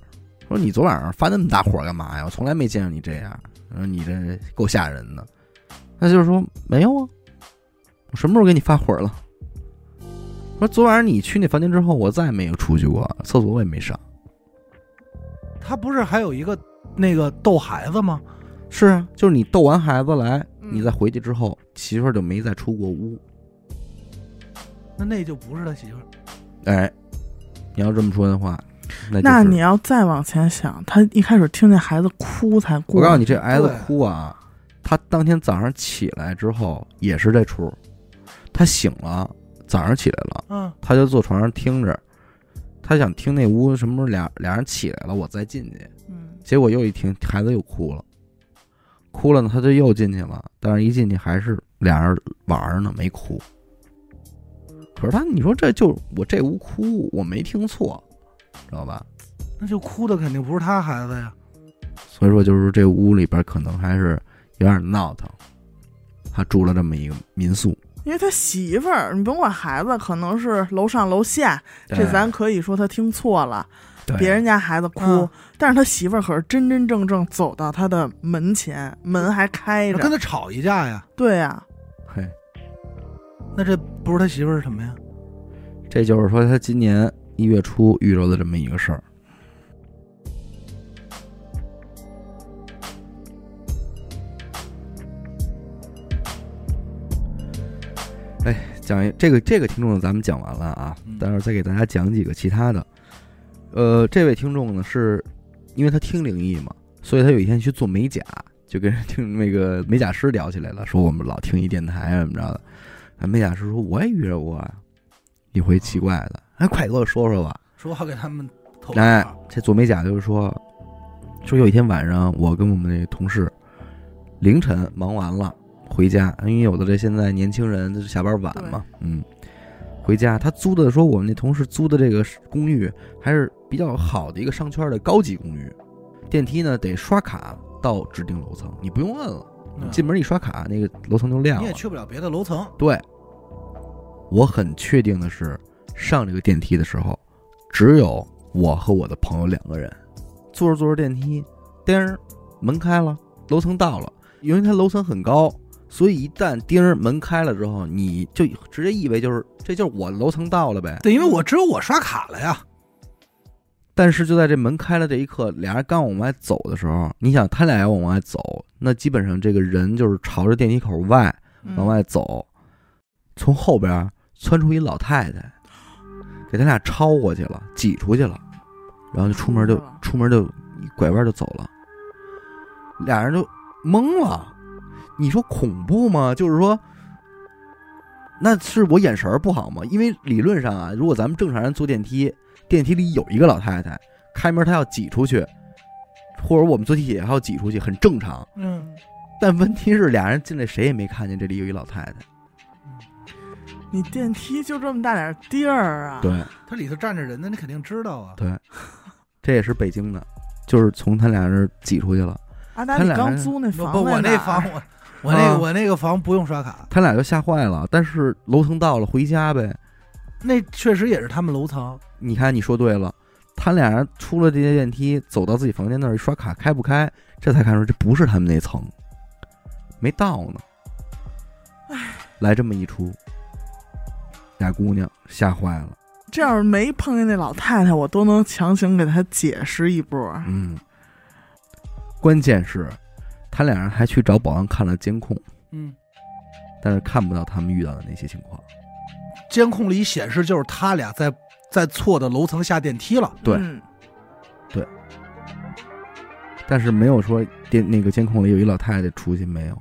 S1: 说：“你昨晚上发那么大火干嘛呀？我从来没见着你这样，说你这够吓人的。”他就是说：“没有啊，我什么时候给你发火了？”我说：“昨晚上你去那房间之后，我再也没有出去过，厕所我也没上。
S3: 他不是还有一个那个逗孩子吗？
S1: 是啊，就是你逗完孩子来，
S2: 嗯
S1: 你再回去之后，媳妇儿就没再出过屋。
S3: 那那就不是他媳妇儿，
S1: 哎，你要这么说的话，那就是、
S2: 那你要再往前想，他一开始听见孩子哭才过，
S1: 我告诉你，这孩子
S3: 对
S1: 哭啊，他当天早上起来之后也是这出儿，他醒了，早上起来了，
S3: 嗯，
S1: 他就坐床上听着，他想听那屋什么时候俩俩人起来了，我再进去。
S2: 嗯，
S1: 结果又一听，孩子又哭了，哭了呢，他就又进去了，但是一进去还是俩人玩儿呢，没哭。可是他，你说这就我这屋哭，我没听错，知道吧？
S3: 那就哭的肯定不是他孩子呀，
S1: 所以说就是这屋里边可能还是有点闹腾。他住了这么一个民宿，
S2: 因为他媳妇儿，你甭管孩子，可能是楼上楼下，这咱可以说他听错了，
S1: 对
S2: 别人家孩子哭，
S3: 嗯
S2: 但是他媳妇儿可是真真正正走到他的门前，门还开
S3: 那跟
S2: 着，
S3: 他吵一架呀，
S2: 对啊呀、
S1: 嘿，
S3: 那这不是他媳妇儿是什么呀？
S1: 这就是说他今年一月初遇到的这么一个事儿。哎，讲一这个这个听众咱们讲完了啊
S3: 嗯，
S1: 待会儿再给大家讲几个其他的。呃，这位听众呢是因为他听灵异嘛，所以他有一天去做美甲，就跟人听那个美甲师聊起来了，说我们老听一电台啊怎么着的。啊美甲师说我也遇着过啊一回奇怪的，哎，快给我说说吧。
S3: 说要给他们投啊稿
S1: 哎，这做美甲就是说，说有一天晚上，我跟我们那同事凌晨忙完了回家，因为有的这现在年轻人就是下班晚嘛，嗯，回家他租的说我们那同事租的这个公寓还是比较好的一个商圈的高级公寓，电梯呢得刷卡到指定楼层，你不用摁了，
S3: 嗯
S1: 进门一刷卡，那个楼层就亮
S3: 你
S1: 了
S3: 也。去不了别的楼层，
S1: 对，我很确定的是，上这个电梯的时候，只有我和我的朋友两个人。坐着坐着电梯，叮儿，门开了，楼层到了。因为它楼层很高，所以一旦叮儿门开了之后，你就直接以为就是这就是我楼层到了呗。
S3: 对，因为我只有我刷卡了呀。
S1: 但是就在这门开了这一刻，俩人刚往外走的时候，你想他俩要往外走，那基本上这个人就是朝着电梯口外
S2: 嗯
S1: 往外走，从后边窜出一老太太，给他俩超过去了，挤出去了，然后就出门就出门就拐弯就走了，俩人就懵了。你说恐怖吗？就是说，那是我眼神儿不好吗？因为理论上啊，如果咱们正常人坐电梯，电梯里有一个老太太，开门她要挤出去，或者我们坐地铁还要挤出去，很正常。
S3: 嗯，
S1: 但问题是，俩人进来谁也没看见这里有一老太太。
S2: 你电梯就这么大点地儿啊？，
S1: 对
S3: 它里头站着人呢，你肯定知道啊。
S1: 对，这也是北京的，就是从他俩人挤出去了。
S2: 阿达，
S1: 他
S2: 你
S1: 俩
S2: 刚
S1: 人
S2: 租那
S3: 不
S2: 房
S3: 不，我
S2: 在
S3: 那
S2: 哪儿
S3: 房我我那
S1: 啊
S3: 个我那个房不用刷卡，
S1: 他俩就吓坏了，但是楼层到了，回家呗。
S3: 那确实也是他们楼层。
S1: 你看，你说对了，他俩人出了这些电梯，走到自己房间那儿一刷卡开不开，这才看出这不是他们那层，没到呢。来这么一出，俩姑娘吓坏了。
S2: 这要是没碰见那老太太，我都能强行给她解释一波。
S1: 嗯，关键是，他俩人还去找保安看了监控，
S3: 嗯，
S1: 但是看不到他们遇到的那些情况。
S3: 监控里显示就是他俩在在错的楼层下电梯了。
S1: 对
S2: 嗯
S1: 但是没有说电那个监控里有一老太太出去没有？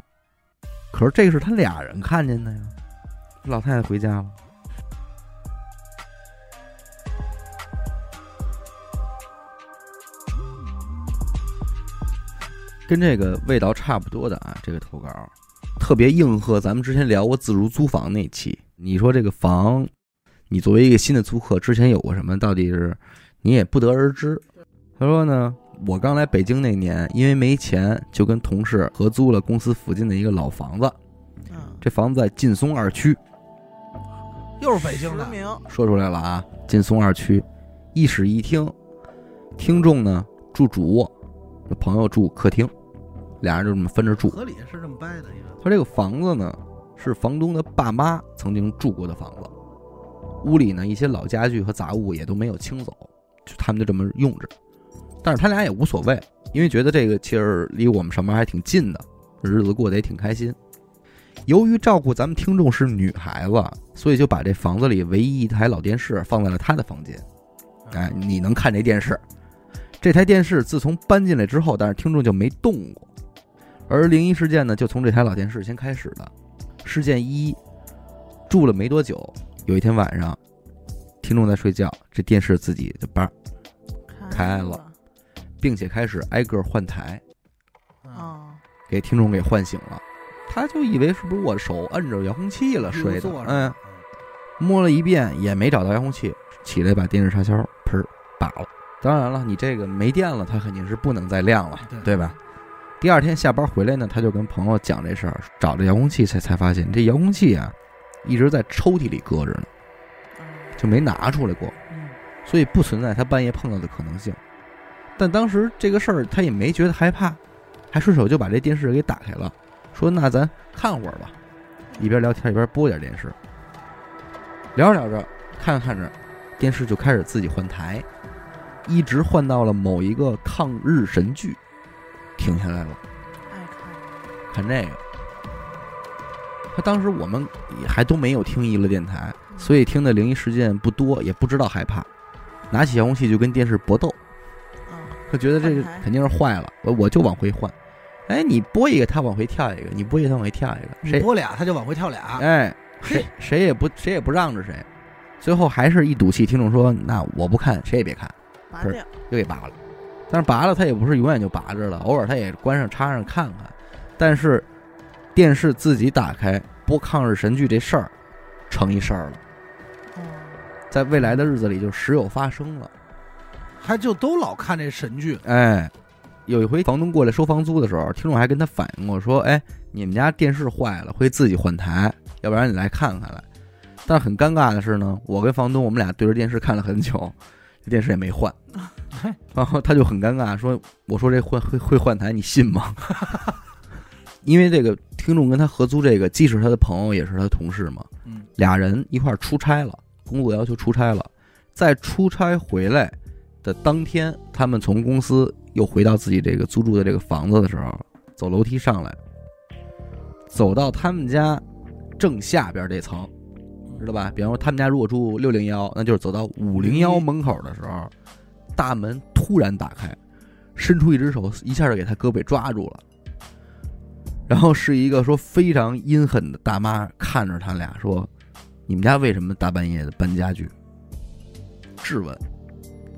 S1: 可是这个是他俩人看见的呀，老太太回家了。跟这个味道差不多的啊，这个投稿特别应和咱们之前聊过自如租房那期。你说这个房，你作为一个新的租客，之前有过什么？到底是你也不得而知。他说呢，我刚来北京那年，因为没钱，就跟同事合租了公司附近的一个老房子。
S2: 嗯，
S1: 这房子在劲松二区，
S3: 又是北京的
S2: 实，名
S1: 说出来了啊，劲松二区，一室一厅，听众呢住主卧，朋友住客厅，俩人就这么分着住。
S3: 合理是这么掰的，应该
S1: 他这个房子呢，是房东的爸妈曾经住过的房子，屋里呢一些老家具和杂物也都没有清走，就他们就这么用着。但是他俩也无所谓，因为觉得这个其实离我们上班还挺近的，日子过得也挺开心。由于照顾咱们听众是女孩子，所以就把这房子里唯一一台老电视放在了她的房间。
S3: 啊
S1: 哎，你能看这电视？这台电视自从搬进来之后，但是听众就没动过。而灵异事件呢，就从这台老电视先开始的。事件一，住了没多久，有一天晚上，听众在睡觉，这电视自己就叭，开了并且开始挨个换台，
S3: 啊，
S2: 啊，
S1: 给听众给唤醒了。他就以为是不是我手摁着遥控器了
S3: 睡
S1: 睡的，嗯，，
S3: 啊
S1: 摸了一遍也没找到遥控器，起来把电视插销，砰儿，拔了。当然了，你这个没电了，它肯定是不能再亮了，
S3: 对
S1: 对吧？第二天下班回来呢，他就跟朋友讲这事儿，找这遥控器才才发现，这遥控器啊一直在抽屉里搁着呢，
S2: 嗯
S1: 就没拿出来过，
S3: 嗯
S1: 所以不存在他半夜碰到的可能性。但当时这个事儿他也没觉得害怕，还顺手就把这电视给打开了，说那咱看会儿吧，一边聊天一边播点电视。聊着聊着，看着看着，电视就开始自己换台，一直换到了某一个抗日神剧，停下来了。
S2: 爱看
S1: 看这个。他当时我们也还都没有听娱乐电台，
S2: 嗯
S1: 所以听的灵异事件不多，也不知道害怕。拿起遥控器就跟电视搏斗，
S2: 啊，
S1: 他觉得这个
S2: 换台
S1: 肯定是坏了，我我就往回换。哎，你播一个，他往回跳一个；你播一个，他往回跳一个。
S3: 你
S1: 谁
S3: 播俩他就往回跳
S2: 啊
S3: 俩，
S1: 哎，谁
S3: 嘿，
S1: 谁也不谁也不让着谁。最后还是一赌气，听众说：“那我不看，谁也别看。”
S2: 拔
S1: 不是
S2: 掉，
S1: 又给拔了。但是拔了，它也不是永远就拔着了，偶尔它也关上插上看看。但是电视自己打开播抗日神剧这事儿，成一事儿了，
S2: 嗯
S1: 在未来的日子里就时有发生了。
S3: 他就都老看这神剧，
S1: 哎，有一回房东过来收房租的时候，听众还跟他反映过说：“哎，你们家电视坏了，会自己换台，要不然你来看看来。”但很尴尬的是呢，我跟房东我们俩对着电视看了很久， 这电视也没换。然后他就很尴尬，说：“我说这换会会换台，你信吗？” 因为这个听众跟他合租这个，既是他的朋友，也是他的同事嘛，
S3: 嗯，
S1: 俩人一块儿出差了，工作要求出差了，在出差回来的当天，他们从公司又回到自己这个租住的这个房子的时候，走楼梯上来，走到他们家正下边这层，知道吧？比方说他们家如果住六零幺，那就是走到五零幺门口的时候，大门突然打开，伸出一只手，一下就给他胳膊抓住了。然后是一个说非常阴狠的大妈看着他俩说：“你们家为什么大半夜的搬家具？”质问，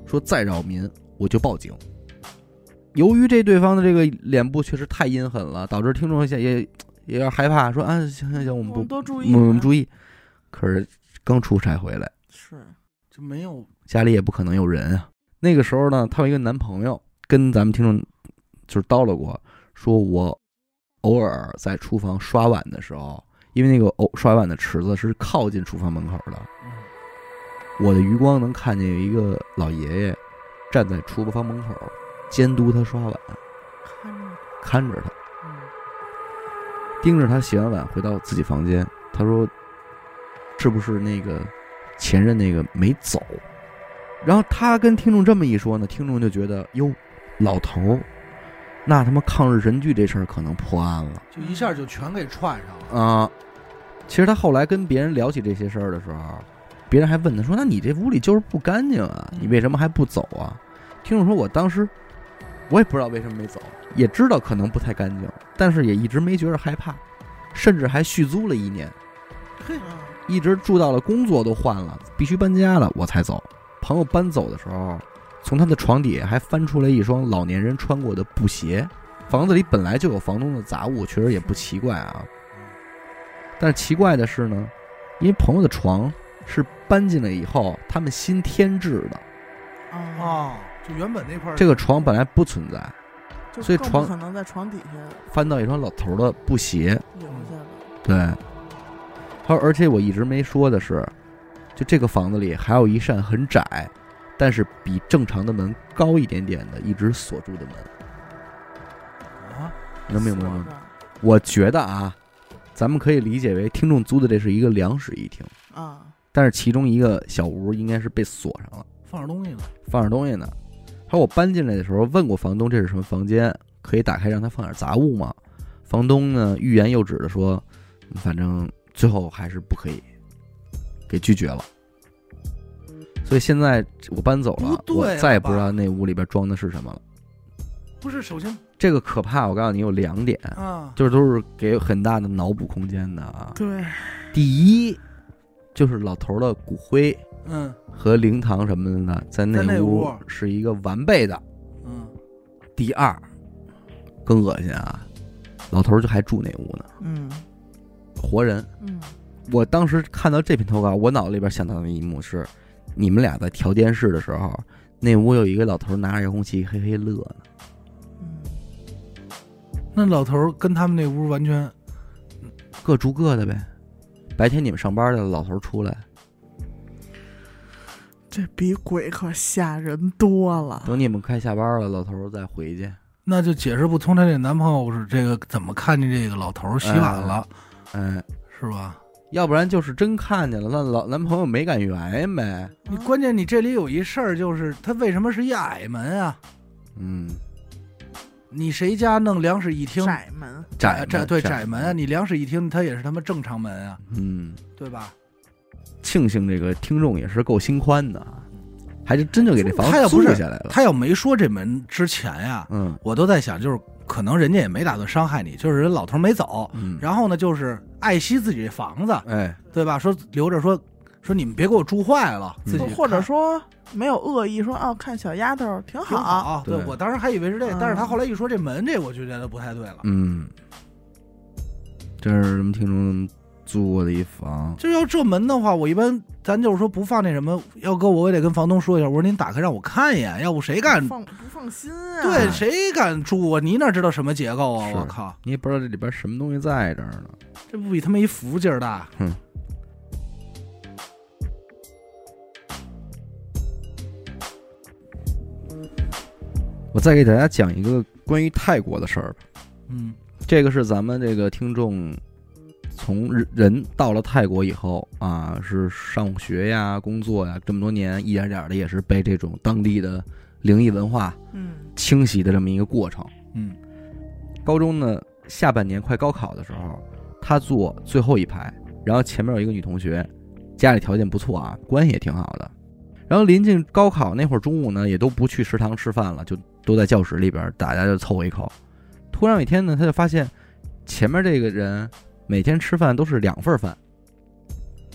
S1: 说再扰民我就报警。由于这对方的这个脸部确实太阴狠了，导致听众也也也有点害怕，说啊行行行，我们
S2: 我
S1: 不
S2: 们多注意，啊
S1: 我们注意。可是刚出差回来，
S2: 是
S3: 就没有
S1: 家里也不可能有人啊。那个时候呢，她有一个男朋友跟咱们听众就是叨叨过，说我偶尔在厨房刷碗的时候，因为那个偶刷碗的池子是靠近厨房门口的，
S3: 嗯
S1: 我的余光能看见有一个老爷爷站在厨房门口监督他刷碗，
S2: 看着，
S1: 看着他，
S2: 嗯
S1: 盯着他洗完碗回到自己房间。他说：“是不是那个前任那个没走？”然后他跟听众这么一说呢，听众就觉得哟，老头儿，那他妈抗日神剧这事儿可能破案了
S3: 就一下就全给串上了。
S1: 啊、其实他后来跟别人聊起这些事儿的时候，别人还问他说：“那你这屋里就是不干净啊，你为什么还不走啊？”听众说：“我当时我也不知道为什么没走，啊也知道可能不太干净，但是也一直没觉着害怕，甚至还续租了一年。”
S3: 嘿，
S2: 嗯
S1: 一直住到了工作都换了，必须搬家了，我才走。朋友搬走的时候，从他的床底下还翻出来一双老年人穿过的布鞋。房子里本来就有房东的杂物，确实也不奇怪啊。但是奇怪的是呢，因为朋友的床是搬进来以后他们新添置的，
S2: 啊，
S3: 哦，就原本那块儿
S1: 这个床本来不存在，
S2: 就
S1: 所以
S2: 更不
S1: 床
S2: 可能在床底下
S1: 翻到一双老头的布鞋。
S2: 留下了，
S1: 对，他说，而且我一直没说的是，就这个房子里还有一扇很窄，但是比正常的门高一点点的一直锁住的门，
S3: 啊，
S1: 能明白吗
S2: 是？吧？
S1: 我觉得啊，咱们可以理解为听众租的这是一个两室一厅，
S2: 啊，
S1: 但是其中一个小屋应该是被锁上了，
S3: 放点东西呢。
S1: 放点东西呢。他说我搬进来的时候问过房东这是什么房间，可以打开让他放点杂物吗？房东呢欲言又止的说，反正最后还是不可以，给拒绝了。所以现在我搬走了，
S3: 不对
S1: 我
S3: 啊
S1: 再也不知
S3: 爸
S1: 道那屋里边装的是什么了。
S3: 不是，首先
S1: 这个可怕，我告诉你有两点，
S3: 啊，
S1: 就是都是给很大的脑补空间的啊。
S2: 对，
S1: 第一，就是老头儿的骨灰
S3: 嗯
S1: 和灵堂什么的呢，在
S3: 在那
S1: 屋
S3: 屋
S1: 是一个完备的。
S3: 嗯，
S1: 第二，更恶心啊，老头儿就还住那屋呢，
S2: 嗯
S1: 活人。
S2: 嗯，
S1: 我当时看到这篇投稿，我脑子里边想到的一幕是，你们俩在调电视的时候，那屋有一个老头儿拿着遥控器嘿嘿乐呢。
S2: 嗯，
S3: 那老头儿跟他们那屋完全
S1: 各住各的呗。白天你们上班去了，老头儿出来，
S2: 这比鬼可吓人多了。
S1: 等你们快下班了，老头儿再回去。
S3: 那就解释不通，她这男朋友是这个怎么看见这个老头儿洗碗了，
S1: 哎，
S3: 是吧？
S1: 要不然就是真看见了，那老男朋友没敢圆呗。
S2: 嗯
S3: 你关键你这里有一事儿，就是他为什么是一矮门啊？
S1: 嗯，
S3: 你谁家弄两室一厅？
S2: 窄门，
S1: 窄
S3: 窄对
S1: 窄
S3: 窄门啊！。你两室一厅，它也是他妈正常门啊，
S1: 嗯，
S3: 对吧？
S1: 庆幸这个听众也是够心宽的啊，还是真就给这房
S3: 他
S1: 子
S3: 要
S1: 租
S3: 不是
S1: 下来了。
S3: 他要没说这门之前呀、
S1: 嗯
S3: 我都在想，就是可能人家也没打算伤害你，就是人老头儿没走，
S1: 嗯，
S3: 然后呢，就是爱惜自己这房子，
S1: 哎，
S3: 对吧？说留着说说你们别给我住坏了，
S1: 嗯
S3: 自己看
S2: 或者说没有恶意，说哦，看小丫头挺
S3: 挺
S2: 好，
S3: 好。
S1: 对
S3: 我当时还以为是这
S2: 嗯，
S3: 但是他后来一说这门这，我就觉得不太对了。
S1: 嗯，这是咱们听众租过的一房。
S3: 就要这门的话，我一般咱就是说不放那什么，要搁我我也得跟房东说一下，我说您打开让我看一眼，要不谁敢
S2: 不放不放心啊？
S3: 对谁敢住啊？你哪知道什么结构啊？
S1: 是
S3: 我靠，
S1: 你也不知道这里边什么东西在这儿呢。
S3: 这不比他妈一福劲儿大？
S1: 我再给大家讲一个关于泰国的事儿吧，
S3: 嗯
S1: 这个是咱们这个听众从人人到了泰国以后啊，是上学呀、工作呀，这么多年一点点的也是被这种当地的灵异文化
S2: 嗯
S1: 清洗的这么一个过程。
S3: 嗯
S1: 高中呢下半年快高考的时候，他坐最后一排，然后前面有一个女同学，家里条件不错啊，关系也挺好的。然后临近高考那会儿，中午呢也都不去食堂吃饭了，就都在教室里边，大家就凑合一口。突然有一天呢，他就发现前面这个人每天吃饭都是两份饭，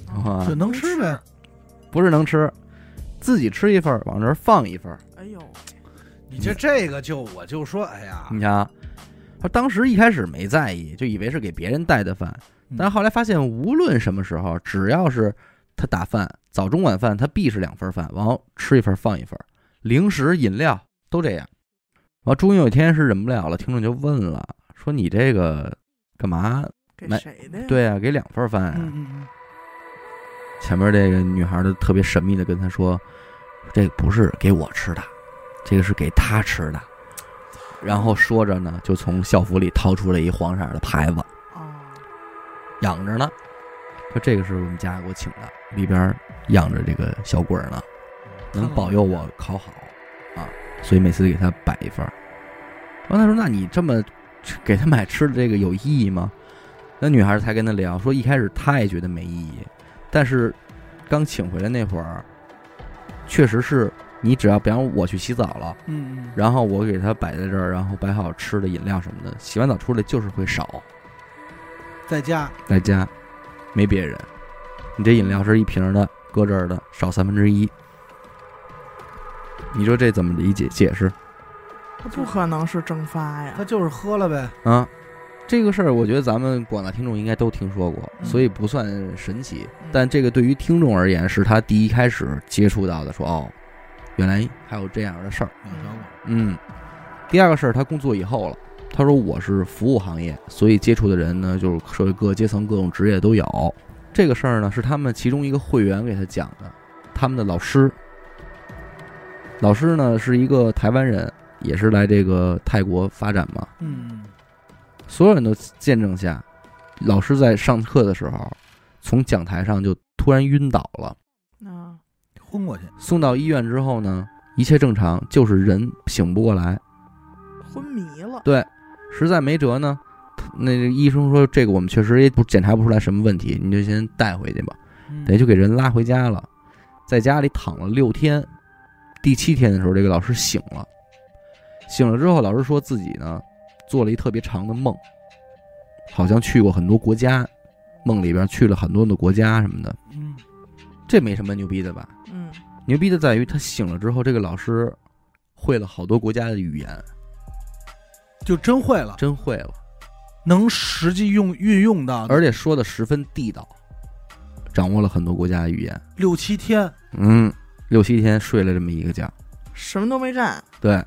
S1: 啊
S3: 就能吃呗。
S1: 不是能吃，自己吃一份儿往这儿放一份儿。
S2: 哎呦，
S3: 你这这个就我就说，哎呀，
S1: 你瞧，啊他当时一开始没在意，就以为是给别人带的饭，
S3: 嗯
S1: 但后来发现，无论什么时候，只要是他打饭，早中晚饭他必是两份饭，然后吃一份放一份，零食饮料都这样。然后终于有一天是忍不了了，听众就问了，说你这个干嘛？
S2: 给
S1: 没
S2: 谁的呀？
S1: 对啊，给两份饭呀、
S3: 嗯嗯
S1: 前面这个女孩就特别神秘的跟他说，这个不是给我吃的，这个是给他吃的。然后说着呢，就从校服里掏出了一黄色的牌子，
S2: 啊，
S1: 养着呢。说这个是我们家给我请的，里边儿养着这个小鬼儿呢，
S3: 嗯
S1: 能保佑我考好啊，所以每次给他摆一份儿。然后他说：“那你这么给他买吃的这个有意义吗？”那女孩才跟他聊说，一开始他也觉得没意义，但是刚请回来那会儿，确实是你只要比方我去洗澡了，
S3: 嗯，
S1: 然后我给他摆在这儿，然后摆好吃的饮料什么的，洗完澡出来就是会少，
S3: 在家
S1: 在家，没别人。你这饮料是一瓶的，搁这儿的少三分之一，你说这怎么理解解释
S2: 他不可能是蒸发呀嗯
S3: 他。就是喝了呗。
S1: 啊？这个事儿，我觉得咱们广大听众应该都听说过，
S2: 嗯
S1: 所以不算神奇。
S2: 嗯
S1: 但这个对于听众而言，是他第一开始接触到的，说哦，原来还有这样的事儿。
S3: 两小伙，
S1: 嗯，第二个事儿，他工作以后了，他说我是服务行业，所以接触的人呢，就是社会各阶层、各种职业都有。这个事儿呢，是他们其中一个会员给他讲的，他们的老师，老师呢是一个台湾人，也是来这个泰国发展嘛，
S3: 嗯，
S1: 所有人都见证下，老师在上课的时候，从讲台上就突然晕倒了。
S2: 啊，
S3: 昏过去，
S1: 送到医院之后呢，一切正常，就是人醒不过来，
S2: 昏迷了。
S1: 对，实在没辙呢，他那个医生说这个我们确实也不检查不出来什么问题，你就先带回去吧。等于就给人拉回家了，在家里躺了六天，第七天的时候，这个老师醒了，醒了之后，老师说自己呢做了一特别长的梦，好像去过很多国家，梦里边去了很多的国家什么的，
S3: 嗯
S1: 这没什么牛逼的吧？
S2: 嗯，
S1: 牛逼的在于他醒了之后，这个老师会了好多国家的语言，
S3: 就真会了，
S1: 真会了。
S3: 能实际用运用到，
S1: 而且说的十分地道，掌握了很多国家的语言。
S3: 六七天，
S1: 嗯，六七天睡了这么一个觉，
S2: 什么都没干。
S1: 对。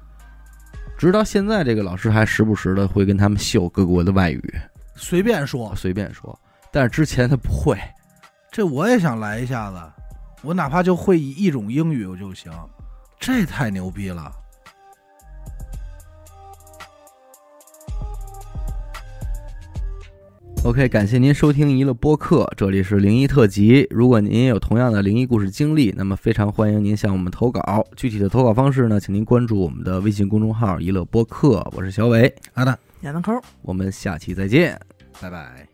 S1: 直到现在，这个老师还时不时的会跟他们秀各国的外语，
S3: 随便说，
S1: 哦随便说。但是之前他不会，
S3: 这我也想来一下子，我哪怕就会一种英语我就行，这太牛逼了。
S1: OK，感谢您收听娱乐播客，这里是灵异特辑。如果您也有同样的灵异故事经历，那么非常欢迎您向我们投稿。具体的投稿方式呢，请您关注我们的微信公众号“娱乐播客”，我是小伟，
S3: 好的，
S2: 闫子抠。
S1: 我们下期再见。
S3: 拜拜。